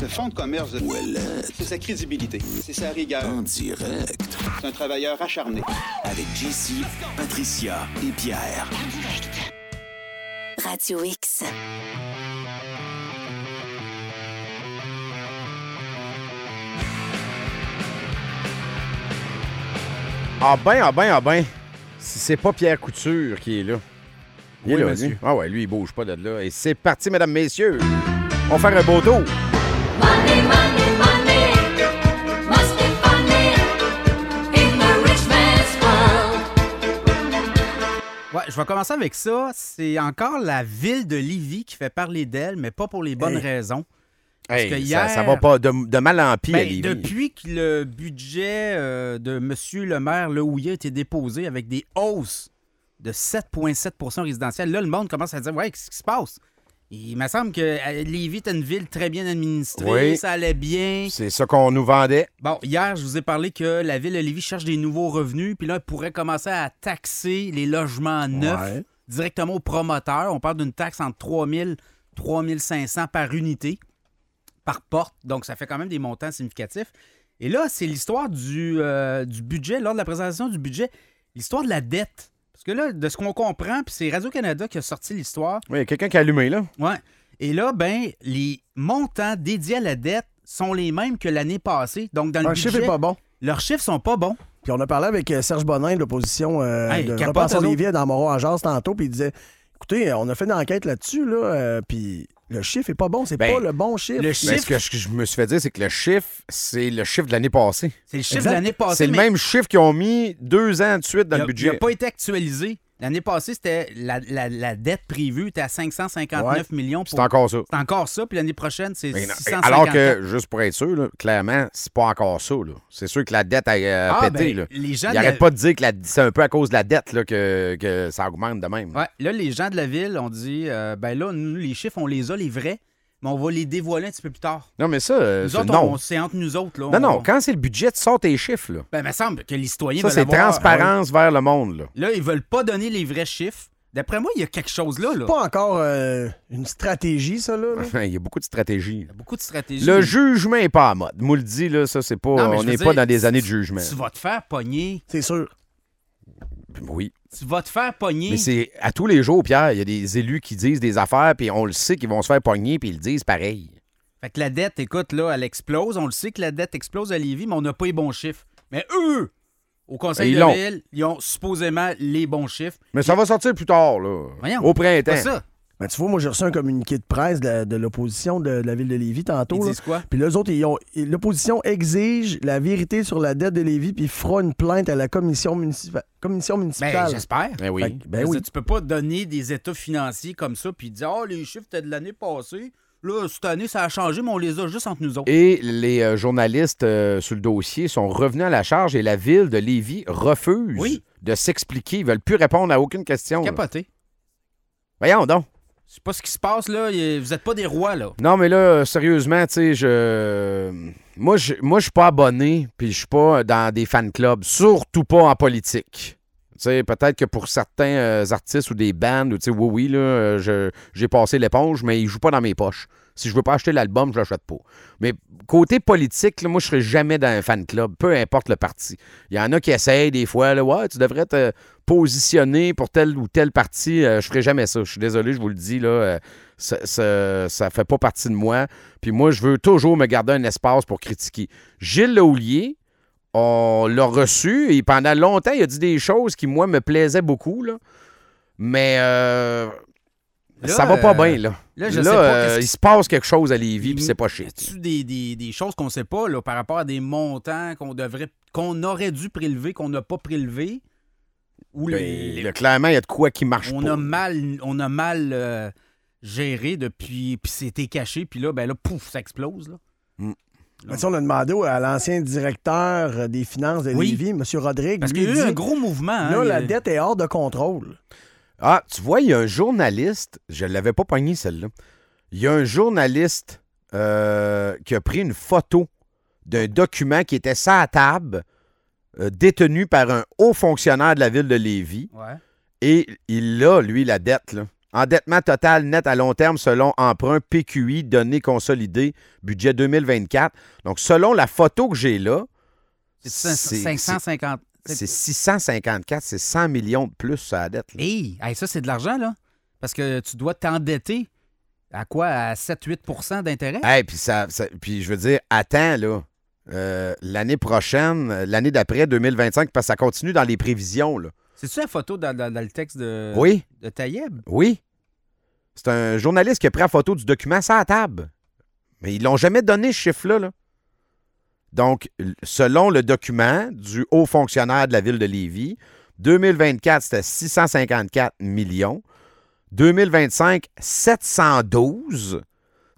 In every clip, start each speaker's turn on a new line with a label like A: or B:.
A: Le fonds de commerce de
B: Ouellette,
A: c'est sa crédibilité, c'est sa rigueur,
B: en direct,
A: c'est un travailleur acharné.
B: avec JC, Patricia et Pierre.
C: Radio X.
D: Ah ben, ah ben, ah ben. Si c'est pas Pierre Couture qui est là. Il est
E: Oui,
D: là,
E: monsieur.
D: lui. Ah ouais, lui, il bouge pas de là. Et c'est parti, mesdames, messieurs. On va faire un beau tour.
F: Money, money, money must be funny in the rich man's world.
E: Ouais, je vais commencer avec ça. C'est encore la ville de Livy qui fait parler d'elle, mais pas pour les bonnes raisons. Parce
D: Hey,
E: que
D: ça,
E: hier-
D: ça va pas de, de mal en pis à
E: Ben,
D: Lévis.
E: depuis que le budget euh, de M. le maire Lehouillet a été déposé avec des hausses de 7,7 résidentielles, là, le monde commence à dire Ouais, qu'est-ce qui se passe Il me semble que euh, Lévis était une ville très bien administrée,
D: Oui.
E: ça allait bien.
D: C'est ça qu'on nous vendait.
E: Bon, hier, je vous ai parlé que la ville de Lévis cherche des nouveaux revenus, puis là, elle pourrait commencer à taxer les logements neufs
D: Ouais.
E: directement aux promoteurs. On parle d'une taxe entre 3 000 3 500 par unité, par porte. Donc, ça fait quand même des montants significatifs. Et là, c'est l'histoire du, euh, du budget, lors de la présentation du budget, l'histoire de la dette. Parce que là, de ce qu'on comprend, puis c'est Radio-Canada qui a sorti l'histoire,
D: Oui, il y a quelqu'un qui a allumé, là.
E: Ouais. Et là, ben, les montants dédiés à la dette sont les mêmes que l'année passée. Donc, dans le
G: Un
E: budget,
G: chiffre est pas bon.
E: leurs chiffres sont pas bons.
G: Puis on a parlé avec euh, Serge Bonin de l'opposition euh,
E: Hey,
G: de
E: capote,
G: Repassons
E: eux
G: les vies dans Moreau en Jase tantôt, puis il disait écoutez, on a fait une enquête là-dessus, là, euh, puis le chiffre est pas bon, c'est
D: Ben,
G: pas le bon chiffre.
E: le
D: Mais
E: chiffre-
D: ce que je, je me suis fait dire, c'est que le chiffre, c'est le chiffre de l'année passée.
E: C'est le chiffre
G: Exact.
E: de l'année passée.
D: Ah, C'est le
E: mais
D: même chiffre qu'ils ont mis deux ans de suite dans
E: il a-
D: le budget.
E: Il n'a pas été actualisé. L'année passée, c'était la, la- la dette prévue était à 559 millions.
D: C'est
E: pour-
D: encore ça.
E: C'est encore ça. Puis l'année prochaine, c'est
D: Mais non,
E: 650.
D: Alors que, euh, juste pour être sûr, là, clairement, c'est pas encore ça. là. C'est sûr que la dette a, euh,
E: Ah,
D: pété.
E: ben,
D: là.
E: les gens
D: Il
E: de la-
D: n'arrête pas de dire que la- c'est un peu à cause de la dette là, que, que ça augmente de même.
E: Ouais, là, les gens de la ville ont dit euh, ben là, nous, les chiffres, on les a, les vrais, mais on va les dévoiler un petit peu plus tard.
D: Non, mais ça, euh,
E: Nous
D: c'est-
E: autres,
D: non.
E: on- c'est entre nous autres. Là,
D: Non,
E: On-
D: non, quand c'est le budget, tu sors tes chiffres. Là.
E: Ben, ah il me semble que les citoyens
D: Ça,
E: veulent
D: c'est
E: avoir-
D: transparence vers le monde. Là.
E: Là, ils veulent pas donner les vrais chiffres. D'après moi, il y a quelque chose là. là.
G: C'est pas encore euh, une stratégie, ça, là. là.
D: Il y a beaucoup de stratégies.
E: Il y a beaucoup de stratégies.
D: Le jugement n'est pas à mode. Moi le dis, là, ça, c'est pas.
E: Non, mais je
D: on
E: veux
D: n'est
E: dire,
D: pas dans des années de
E: tu-
D: jugement.
E: Tu vas te faire pogner.
G: C'est sûr.
D: Oui.
E: Tu vas te faire pogner.
D: Mais c'est à tous les jours, Pierre, il y a des élus qui disent des affaires, puis on le sait qu'ils vont se faire pogner, puis ils le disent pareil.
E: Fait que la dette, écoute, là, elle explose. On le sait que la dette explose à Lévis, mais on n'a pas les bons chiffres. Mais eux, au conseil
D: Ben, Ils
E: de
D: l'ont.
E: ville, ils ont supposément les bons chiffres.
D: Mais ça va sortir plus tard, là.
E: Voyons.
D: Au printemps.
E: Pas ça.
G: Ben, tu vois, moi, j'ai reçu un communiqué de presse de, la- de l'opposition de, de la ville de Lévis tantôt.
E: Ils
G: là.
E: disent quoi?
G: Puis les autres, ils ont- ils- l'opposition exige la vérité sur la dette de Lévis, puis fera une plainte à la commission, municipa- commission
E: Ben,
G: municipale.
E: j'espère.
D: Eh oui.
G: Fait que, ben
E: Parce que
G: oui.
E: Tu peux pas donner des états financiers comme ça puis dire Ah, les chiffres, étaient de l'année passée. Là, cette année, ça a changé, mais on les a juste entre nous autres.
D: Et les euh, journalistes euh, sur le dossier sont revenus à la charge et la ville de Lévis refuse
E: Oui.
D: de s'expliquer. Ils veulent plus répondre à aucune question. là.
E: Capoté.
D: Voyons donc.
E: C'est pas ce qui se passe, là. Y- Vous êtes pas des rois, là.
D: Non, mais là, euh, sérieusement, tu sais, je. Moi, je moi, je suis pas abonné, puis je suis pas euh, dans des fan clubs, surtout pas en politique. Tu sais, peut-être que pour certains euh, artistes ou des bands, ou tu sais, oui, oui, là, euh, je- j'ai passé l'éponge, mais ils jouent pas dans mes poches. Si je veux pas acheter l'album, je l'achète pas. Mais côté politique, là, moi, je serais jamais dans un fan club, peu importe le parti. Il y en a qui essayent des fois, là, ouais, tu devrais te positionner pour tel ou tel parti. Euh, je ferai jamais ça. Je suis désolé, je vous le dis, là. euh, ça, ça, ça fait pas partie de moi. Puis moi, je veux toujours me garder un espace pour critiquer. Gilles Laulier, on l'a reçu et pendant longtemps, il a dit des choses qui, moi, me plaisaient beaucoup. Là. Mais euh,
E: Là,
D: ça va pas
E: euh,
D: bien, là.
E: là, je sais pas
D: euh,
E: qu'est-ce qui
D: il
E: se
D: se passe quelque chose à Lévis, puis c'est pas
E: Y
D: shit.
E: a-tu des, des- des choses qu'on sait pas, là, par rapport à des montants qu'on devrait qu'on aurait dû prélever, qu'on n'a pas prélevé? Ou
D: Ben,
E: les-
D: là, clairement, il y a de quoi qui marche
E: on
D: pas.
E: a mal, on a mal euh, géré depuis, puis c'était caché, puis là, ben là, pouf, ça explose, là.
G: Ben, tu sais, on a demandé au- à l'ancien directeur euh, des finances de
E: Oui.
G: Lévis, M. Rodrigue,
E: Parce
G: lui
E: qu'il y a eu
G: dit,
E: un gros mouvement. hein,
G: là,
E: il-
G: la dette est hors de contrôle.
D: Ah, tu vois, il y a un journaliste, je l'avais pas pogné celle-là. Il y a un journaliste euh, qui a pris une photo d'un document qui était sa table, euh, détenu par un haut fonctionnaire de la ville de Lévis,
E: Ouais.
D: et il a, lui, la dette. Là. Endettement total net à long terme selon emprunt PQI, données consolidées, budget 2024. Donc, selon la photo que j'ai là,
E: C'est 550.
D: c'est- c'est 654, c'est 100 millions de plus sur la dette. là.
E: Hey, hey, ça, c'est de l'argent, là. Parce que tu dois t'endetter à quoi? À 7-8 d'intérêt?
D: Hey, puis ça, ça- puis je veux dire, attends, là. Euh, l'année prochaine, euh, l'année d'après, 2025, parce que ça continue dans les prévisions, là.
E: C'est-tu la photo dans, dans- dans le texte de,
D: Oui,
E: de Taïeb?
D: oui. C'est un journaliste qui a pris la photo du document ça à table. Mais ils l'ont jamais donné, ce chiffre-là, là. Donc, l- selon le document du haut fonctionnaire de la ville de Lévis, 2024, c'était 654 millions. 2025, 712.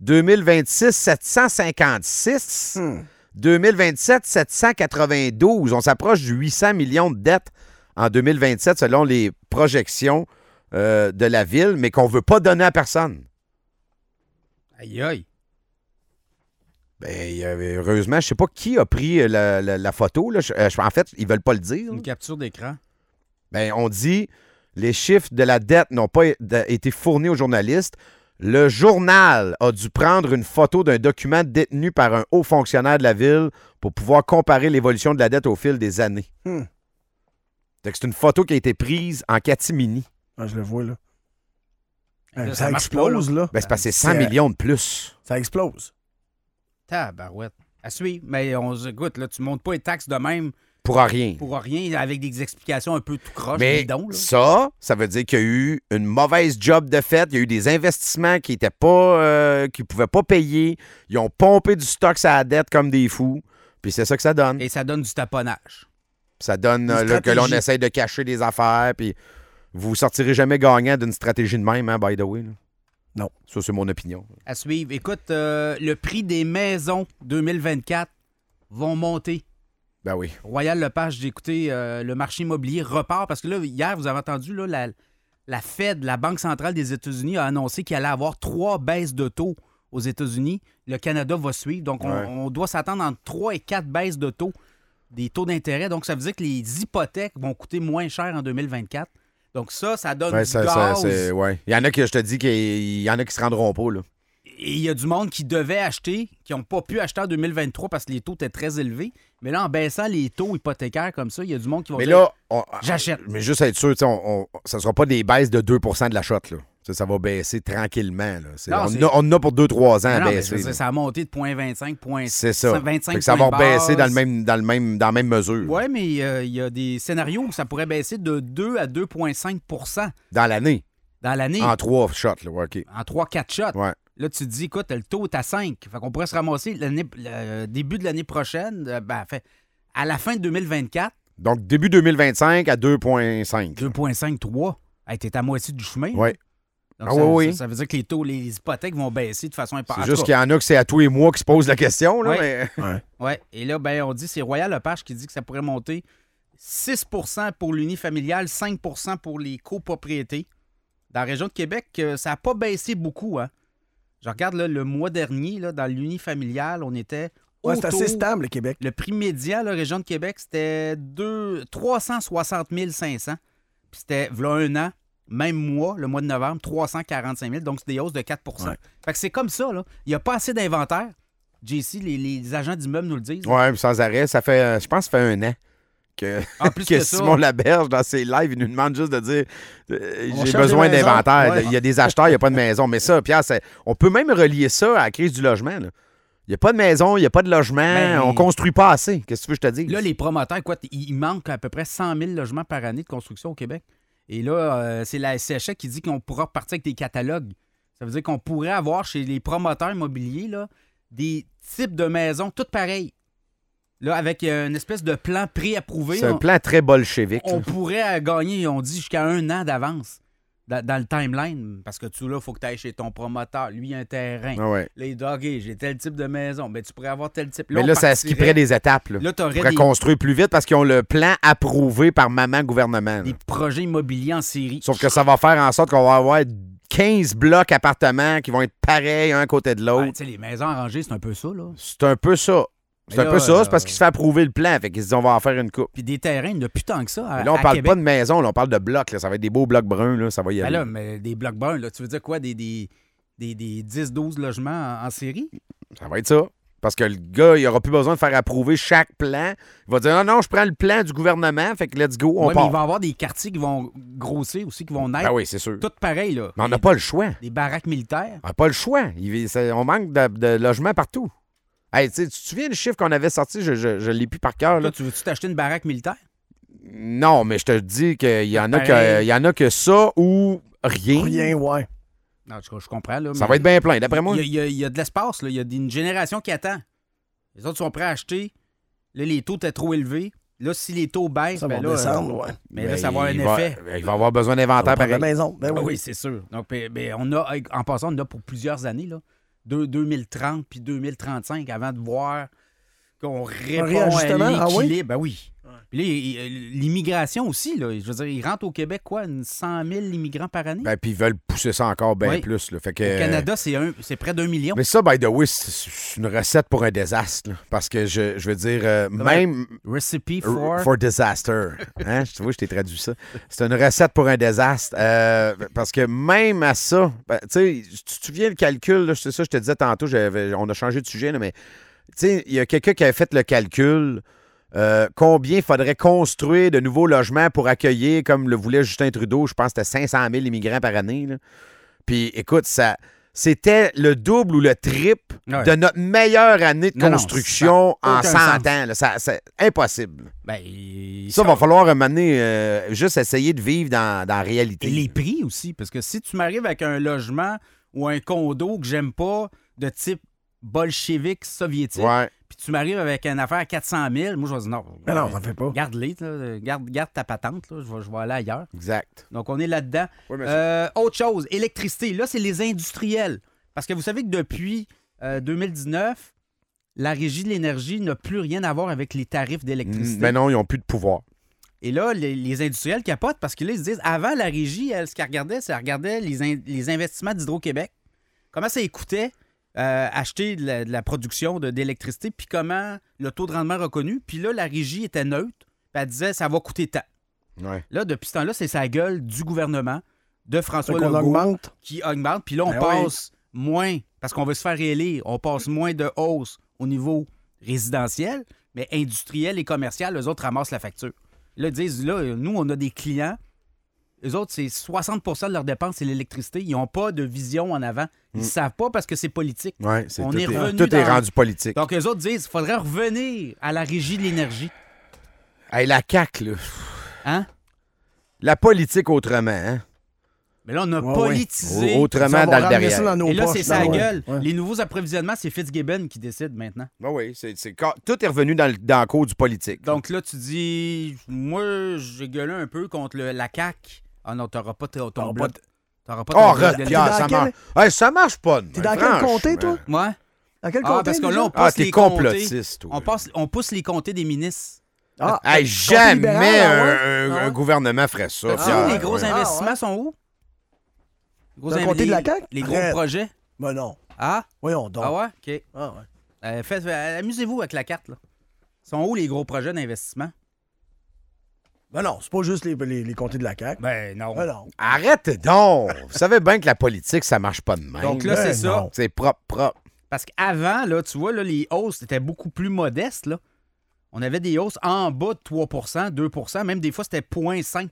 D: 2026, 756. 2027, 792. On s'approche du 800 millions de dettes en 2027 selon les projections euh, de la ville, mais qu'on ne veut pas donner à personne.
E: Aïe, aïe.
D: Ben, euh, heureusement, je ne sais pas qui a pris euh, la, la- la photo. là. Je- euh, je- en fait, ils ne veulent pas le dire.
E: Une capture d'écran.
D: Ben, on dit les chiffres de la dette n'ont pas é- de- été fournis aux journalistes. Le journal a dû prendre une photo d'un document détenu par un haut fonctionnaire de la ville pour pouvoir comparer l'évolution de la dette au fil des années.
G: Hmm.
D: Fait que C'est une photo qui a été prise en catimini.
G: Ah, je le vois, là.
E: Là,
G: ça,
E: ça marche
G: explose, là.
D: Ben, c'est parce que c'est 100
G: Ah, C'est-
D: millions de plus.
G: Ça explose.
E: Tabarouette. À suivre. Mais on se- écoute, là, tu montes pas les taxes de même
D: Pour rien.
G: euh,
E: pour rien avec des explications un peu tout
G: Ah,
E: croche,
D: Mais
E: bidon, là.
D: ça, ça veut dire qu'il y a eu une mauvaise job de fait. Il y a eu des investissements qui étaient pas, euh, qui pouvaient pas payer. Ils ont pompé du stock à la dette comme des fous. Puis c'est ça que ça donne.
E: Et ça donne du taponnage.
D: Ça donne
G: Une
D: euh, là, que l'on
G: stratégie.
D: essaye de cacher des affaires. Puis vous sortirez jamais gagnant d'une stratégie de même, hein, by the way. là.
G: Non.
D: Ça, c'est mon opinion.
E: À suivre. Écoute, euh, le prix des maisons 2024 vont monter.
D: Ben oui.
E: Royal Lepage, j'ai écouté euh, le marché immobilier repart parce que là, hier, vous avez entendu, là, la, la Fed, la Banque centrale des États-Unis, a annoncé qu'il allait avoir trois baisses de taux aux États-Unis. Le Canada va suivre. Donc, on,
D: Ouais.
E: on doit s'attendre entre trois et quatre baisses de taux des taux d'intérêt. Donc, ça veut dire que les hypothèques vont coûter moins cher en 2024. Donc, ça, ça donne
D: Ouais,
E: du
D: ça- ça-
E: gaz.
D: c'est- ouais. Il y en a que je te dis qu'il il y en a qui se rendront pas. Là.
E: Et il y a du monde qui devait acheter, qui n'ont pas pu acheter en 2023 parce que les taux étaient très élevés. Mais là, en baissant les taux hypothécaires comme ça, il y a du monde qui va
D: Mais
E: dire,
D: là, on-
E: j'achète.
D: Mais juste être sûr, tu sais, on, on- ça ne sera pas des baisses de 2 de la shot. Là. Ça, ça va baisser tranquillement. Là. C'est-
E: Non,
D: on,
E: c'est-
D: en a- on en a pour 2-3 ans
E: Non,
D: à
E: non, mais je
D: baisser.
E: veux dire,
D: là.
E: ça a monté de 0.25, point-
D: C'est ça.
E: 25
D: Fait que ça va
E: points
D: baisser dans,
E: bases.
D: le même, dans, le même, dans la même mesure
E: Oui, mais euh, il y a des scénarios où ça pourrait baisser de 2 à 2,5
D: dans l'année,
E: dans l'année
D: en 3 shots. Là. Ouais, OK.
E: en 3-4 shots.
D: Ouais.
E: Là, tu te dis, écoute, le taux est à 5. Fait qu'on pourrait se ramasser l'année- le début de l'année prochaine, euh, ben, fait, à la fin de 2024,
D: Donc, début 2025 à 2,5.
E: 2,5, 3. Hey, T'es à moitié du chemin.
D: Ouais.
E: Donc,
D: Ah
E: ça,
D: oui, oui.
E: ça- ça veut dire que les taux, les hypothèques vont baisser de façon
D: C'est
E: importante.
D: juste qu'il y en a que c'est à tous les mois qui se posent la question. Là,
E: Bah, Ouais.
D: mais-
E: Ouais. Et là, ben, on dit, c'est Royal Lepage qui dit que ça pourrait monter 6 pour l'unifamilial, 5 pour les copropriétés. Dans la région de Québec, euh, ça n'a pas baissé beaucoup. Hein. Je regarde là, le mois dernier, là, dans l'unifamilial, on était
G: Ouais, c'est
E: autour-
G: assez stable, le Québec.
E: Le prix médian, la région de Québec, c'était deux- 360 500. Puis c'était, voilà un an, même mois, le mois de novembre, 345 000. Donc, c'est des hausses de 4
G: Ouais.
E: Fait que c'est comme ça, là. Il n'y a pas assez d'inventaire. JC, les, les agents d'immeubles nous le disent.
D: Ouais, sans arrêt. Ça fait, euh, je pense, que ça fait un an que,
E: En plus
D: que
E: que ça,
D: Simon Laberge, dans ses lives, il nous demande juste de dire euh,
G: On
D: j'ai
G: cherche
D: besoin
G: des maisons.
D: d'inventaire.
G: Ouais.
D: Il y a des acheteurs, il n'y a pas de maison. Mais ça, Pierre, c'est- on peut même relier ça à la crise du logement. là. Il n'y a pas de maison, il n'y a pas de logement,
E: Ben, Mais-
D: on construit pas assez. Qu'est-ce que tu veux que je te dise?
E: là, les promoteurs, quoi, il il manque à peu près 100 000 logements par année de construction au Québec. Et là, euh, c'est la SCHA qui dit qu'on pourra repartir avec des catalogues. Ça veut dire qu'on pourrait avoir chez les promoteurs immobiliers là, des types de maisons toutes pareilles. Là, avec euh, une espèce de plan préapprouvé,
D: C'est un
E: on-
D: plan très bolchevique.
E: on
D: là.
E: pourrait euh, gagner, on dit, jusqu'à un an d'avance dans, dans le timeline. Parce que tu, là, faut que tu ailles chez ton promoteur. Lui, il a un terrain.
D: Ah ouais.
E: Là, il dit, OK, j'ai tel type de maison. Mais tu pourrais avoir tel type.
D: Mais
E: on
D: là, ça
E: partirait-
D: skipperait des étapes. Là.
E: Là,
D: on
E: t'aurais
D: pourrait
E: des,
D: construire plus vite parce qu'ils ont le plan approuvé par maman gouvernement. là.
E: des projets immobiliers en série.
D: Sauf que ça va faire en sorte qu'on va avoir 15 blocs
E: Ah,
D: appartements qui vont être pareils un à côté de l'autre.
E: Ouais, tu sais, les maisons arrangées, c'est un peu ça, là. euh,
D: C'est un peu ça. C'est un peu ça, c'est parce qu'il se fait approuver le plan. Fait qu'ils se disent, on va en faire une coupe.
E: Puis des terrains, il n'y en a plus tant que ça. À,
D: Là, on
E: à
D: parle
E: Québec.
D: pas de maison, là, on parle de blocs. Là. Ça va être des beaux blocs bruns, là, ça va y
E: Ben
D: aller.
E: là, mais des blocs bruns, là, tu veux dire quoi? Des, des, des, des 10-12 logements en, en série?
D: Ça va être ça. Parce que le gars, il aura plus besoin de faire approuver chaque plan. Il va dire, ah, non, non, je prends le plan du gouvernement, fait que let's go, on
E: Ouais, mais
D: part.
E: il va y avoir des quartiers qui vont grossir aussi, qui vont naître.
D: Ben oui, Ben. c'est sûr.
E: Tout pareil, là.
D: Mais on n'a pas le choix.
E: Des baraques militaires.
D: On n'a pas le choix. Il- ça- on manque de, de logements partout. Hey, tu sais, tu te souviens du chiffre qu'on avait sorti? Je, je, je l'ai plus par cœur.
E: Là,
D: Ah, là.
E: tu veux-tu t'acheter une baraque militaire?
D: Non, mais je te dis qu'il y, en a que-
E: Pareil.
D: il y en a que ça ou rien.
G: Rien, ouais.
E: Non, je, je comprends, là.
D: Ça
E: mais
D: va être bien plein, d'après moi.
E: Il y, a- il y a- il y a de l'espace, là. Il y a une génération qui attend. Les autres sont prêts à acheter. Là, les taux étaient trop élevés. Là, si les taux baissent,
G: Ça va
E: ben là,
G: descendre, ouais.
E: mais là, ça va avoir
D: Ben,
E: un
D: il va- ben,
E: effet.
D: il va avoir besoin
G: Ça va
D: d'inventaire
G: prendre la
D: pareil.
G: maison. Ben
E: Ah
G: oui.
E: oui, c'est sûr. Donc, ben, ben, on a, en passant, on en a pour plusieurs années, là. Deux- 2030 puis 2035, avant de voir qu'on répond à
G: réajustement, ah oui?
E: l'équilibre. Ben oui. Puis là, il- il- l'immigration aussi, là. Je veux dire, ils rentrent au Québec, quoi, une 100 000 immigrants par année?
D: Ben, puis ils veulent pousser ça encore bien
E: Oui.
D: plus. là. Fait que, Ben,
E: au Canada, c'est un- c'est près d'un million.
D: Mais ça, by the way, c'est- c'est une recette pour un désastre. là. Parce que je, je veux dire, euh, même
E: Recipe for...
D: for, disaster. Hein? Tu vois, je t'ai traduit ça. C'est une recette pour un désastre. euh, parce que même à ça, ben, tu sais, tu te souviens le calcul, là, c'est ça, je te disais tantôt, j'avais- on a changé de sujet, là, mais tu sais, il y a quelqu'un qui avait fait le calcul. euh, combien il faudrait construire de nouveaux logements pour accueillir, comme le voulait Justin Trudeau, je pense que c'était 500 000 immigrants par année. là. Puis écoute, ça, c'était le double ou le triple
E: Ouais.
D: de notre meilleure année de
E: Non, non,
D: construction
E: ça a
D: en
E: aucun
D: 100
E: sens.
D: ans. là. Ça- C'est impossible.
E: Ben, ils
D: Ça,
E: sont-
D: va falloir un moment donné, euh, juste essayer de vivre dans, dans la réalité.
E: Et les prix aussi, parce que si tu m'arrives avec un logement ou un condo que j'aime pas, de type bolchevique soviétique,
D: Ouais.
E: puis tu m'arrives avec une affaire à 400 000, moi je vais dire non. euh,
G: Mais Ben non, t'en fais pas.
E: Garde-les, là, garde, garde ta patente, là, je, vais, je vais aller ailleurs.
D: Exact.
E: Donc on est là-dedans.
D: Oui, mais
E: Euh, autre chose, électricité. Là, c'est les industriels. Parce que vous savez que depuis euh, 2019, la régie de l'énergie n'a plus rien à voir avec les tarifs d'électricité.
D: Mais Ben non, ils n'ont plus de pouvoir.
E: Et là, les, les industriels capotent parce que là, ils se disent, avant la régie, elle, ce qu'elle regardait, c'est qu'elle regardait les, in- les investissements d'Hydro-Québec. Comment ça coûtait euh, acheter de la, de la production de- d'électricité, puis comment le taux de rendement reconnu. Puis là, la régie était neutre, puis elle disait, ça va coûter tant.
D: Ouais.
E: Là, depuis ce temps-là, c'est sa gueule du gouvernement, de François
G: Fait qu'on
E: Legault,
G: augmente.
E: qui augmente. Puis là, on
G: Ben oui.
E: passe moins, parce qu'on veut se faire réélire, on passe moins de hausse au niveau résidentiel, mais industriel et commercial, eux autres ramassent la facture. Là, ils disent, là, nous, on a des clients, eux autres, c'est 60 de leurs dépenses, c'est l'électricité. Ils n'ont pas de vision en avant.
G: Mm.
E: Ils ne savent pas parce que c'est politique.
D: Ouais, c'est
E: On
D: tout
E: est revenu
D: tout est
E: dans-
D: rendu politique.
E: Donc, eux autres disent, il faudrait revenir à la régie de l'énergie.
D: Hey, la CAQ, là.
E: Hein?
D: La politique autrement. hein.
E: Mais là, on a
G: Ouais,
E: politisé.
D: Au- autrement
G: Ça, on va
D: dans le
G: ramener
D: derrière.
G: ça dans nos
E: Et là,
G: poches, Ben
E: c'est sa
G: ouais.
E: gueule.
G: Ouais.
E: Les nouveaux approvisionnements, c'est Fitzgibbon qui décide maintenant.
D: Ben oui, c'est, c'est ca- tout est revenu dans le, dans le cours du politique.
E: Donc là, tu dis, moi, j'ai gueulé un peu contre le- la CAQ. Ah non, t'auras pas ton, ton
G: T'auras
E: bloc.
G: pas
E: T'auras pas
D: oh,
E: ton bloc
D: Red
E: de-
D: Pierre,
G: dans
D: ça
G: quel-
D: marche. Hey, ça marche pas. de
G: T'es
D: même,
G: dans quel comté, toi?
D: franchement.
E: Ouais.
G: À quel
E: Ah,
G: côté,
E: parce que
G: déjà?
E: là, on
D: Ah,
E: passe
D: t'es
E: les comtés.
D: complotiste, toi.
E: On, passe, on pousse les comtés des ministres.
G: Ah,
D: Hey,
G: côté
D: jamais
G: libéral,
D: un,
G: ah ouais?
D: un- un gouvernement ferait
G: Ah,
D: ça.
E: T'as-tu
D: Pierre.
E: vu, les gros
D: Ouais.
E: investissements sont où? Les gros
G: Dans le
E: inv-
G: comté de la CAQ?
E: Les gros
G: Arrête.
E: projets.
G: Ben non.
E: Ah?
G: Voyons donc.
E: Ah ouais? OK.
G: Ah ouais.
E: Euh, faites- euh, Amusez-vous avec la carte, là. Sont où les gros projets d'investissement?
G: Ben non, c'est pas juste les, les, les comtés de la CAQ.
E: Ben non.
G: Ben non.
D: Arrête donc. Vous savez bien que la politique, ça marche pas de même.
E: Donc là, c'est
G: Ben
E: ça.
G: non.
D: c'est propre, propre.
E: Parce qu'avant, là, tu vois, là, les hausses étaient beaucoup plus modestes. Là. On avait des hausses en bas de 3 2 même des fois, c'était 0,5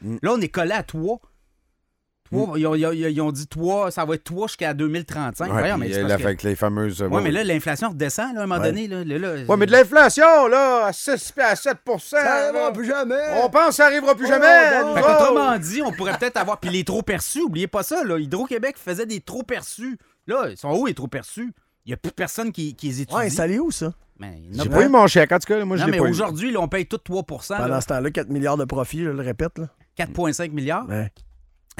D: Mm.
E: Là, on est collé à 3. Trois, ils, ont, ils ont- ils ont dit 3, ça va être 3 jusqu'à 2035.
D: Ouais,
E: Voyons,
D: puis,
E: mais
D: euh,
E: c'est parce
D: la-
E: que-
D: avec les fameuses. euh,
E: Ouais, mais là, l'inflation redescend là, à un moment
G: Ouais.
E: donné. Là, là, là-
D: Ouais, mais de l'inflation, là, à 6 à 7
G: Ça
D: là,
G: va plus jamais.
D: On pense que ça arrivera plus
G: Oh,
D: jamais.
G: non.
D: nous
E: Fait
D: autres.
E: qu'autrement dit, on pourrait peut-être avoir. Puis les trop perçus, oubliez pas ça. là. Hydro-Québec faisait des trop perçus. Là, ils sont où les trop perçus? Il n'y a plus personne qui, qui les étudie.
G: Ouais, ça allait où, ça?
E: Mais il y en a
D: J'ai
E: pas.
D: pas eu mon chèque. En tout cas, moi, je
E: hein? Non,
D: l'ai
E: mais
D: pas eu.
E: aujourd'hui, là, on paye tout 3 là.
G: Pendant ce temps-là, 4 milliards de profits, je le répète. Là.
E: 4,5 milliards.
D: Ben,
G: Ouais.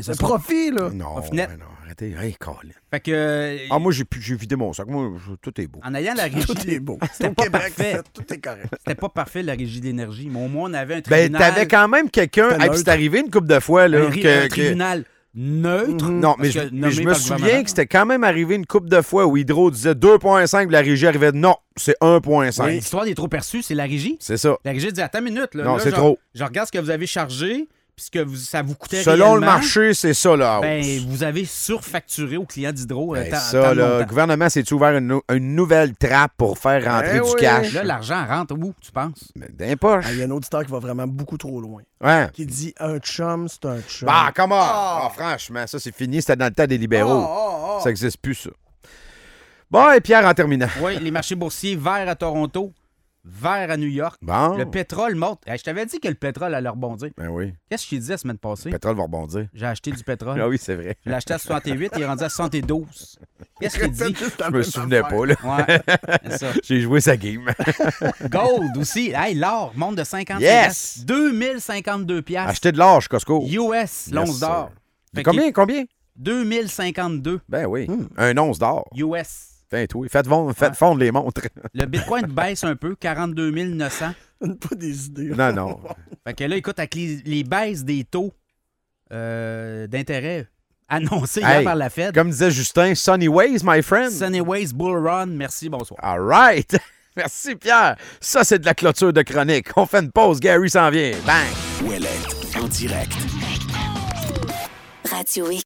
E: Ce
G: Le
E: sera-
G: profit, là.
D: Non,
E: Au final-
D: mais non, arrêtez. Hey, Colin.
E: Fait que, euh,
D: Ah, moi, j'ai pu- j'ai vidé mon sac. Moi, je- tout est beau.
E: en ayant la régie,
G: Tout est beau.
E: C'était
G: Au
E: pas
G: Québec,
E: parfait.
G: c'est- Tout est correct.
E: c'était pas parfait la régie d'énergie, mais au moins on avait un
D: Ben,
E: tribunal.
D: t'avais quand même quelqu'un.
G: C'était
D: Hey, puis c'est
G: neutre.
D: arrivé une couple de fois, là.
E: un, ri-
D: que-
E: un
D: que-
E: tribunal. neutre.
D: Non, mais
E: parce que
D: je, mais
E: nommé
D: je me
E: par le
D: souviens
E: gouvernement.
D: que c'était quand même arrivé une coupe de fois où Hydro disait 2.5 puis la régie arrivait non, c'est 1.5.
E: Ouais, L'histoire des trop perçus, c'est la régie.
D: C'est ça.
E: La régie dit Attends une minute. Là,
D: Non,
E: là,
D: c'est
E: je-
D: trop.
E: Je regarde ce que vous avez chargé, puis ce que vous- ça vous coûtait.
D: Selon le
E: réellement.
D: marché, c'est ça la hausse.
E: Ben, vous avez surfacturé au client d'Hydro. euh,
D: Ben,
E: tant- tant
D: ça,
E: de
D: là, le
E: montants.
D: gouvernement s'est ouvert une, nou- une nouvelle trappe pour faire rentrer
G: Ben
D: du
G: oui.
D: cash.
E: Là, l'argent rentre où, tu penses?
D: Ben, Dans les poches.
G: Ah, Il y a un auditeur qui va vraiment beaucoup trop loin.
D: Ouais.
G: Qui dit un chum, c'est un chum.
D: Bah, comment?
E: Ah.
D: franchement, ça, c'est fini. C'était dans le temps des libéraux. Ça n'existe plus, ça. Bon, et Pierre, en terminant.
E: Oui, les marchés boursiers verts à Toronto, verts à New York.
D: Bon.
E: Le pétrole monte. Eh, je t'avais dit que le pétrole allait rebondir.
D: Ben oui.
E: Qu'est-ce que je te disais la semaine passée?
D: Le pétrole va rebondir.
E: J'ai acheté du pétrole.
D: Ah oui, c'est vrai.
E: Je l'ai acheté à 68, il est rendu à 72. Qu'est-ce qu'il dit?
D: Je me souvenais pas, là.
E: Ouais, c'est ça.
D: J'ai joué sa game.
E: Gold aussi. Hey, l'or monte de 50
D: Yes!
E: 2052 piastres.
D: Acheter de l'âge, Costco.
E: US, l'once
D: sir.
E: d'or. Ah. Fait que
D: Combien, combien?
E: 2052
D: Ben oui. Un once d'or.
E: US.
D: Putain, toi. Faites, fondre- faites fondre les montres.
E: Le Bitcoin baisse un peu, 42 900.
G: Donne pas des idées.
D: non, non.
E: Fait que là, écoute, avec les, les baisses des taux euh, d'intérêt annoncés hier
D: Hey,
E: par la Fed,
D: Comme disait Justin, Sunny Ways, my friend.
E: Sunnyways Bull Run, merci, bonsoir.
D: All right. Merci, Pierre. Ça, c'est de la clôture de chronique. On fait une pause. Gary s'en vient. Bang.
B: Ouellette en direct.
C: Radio X.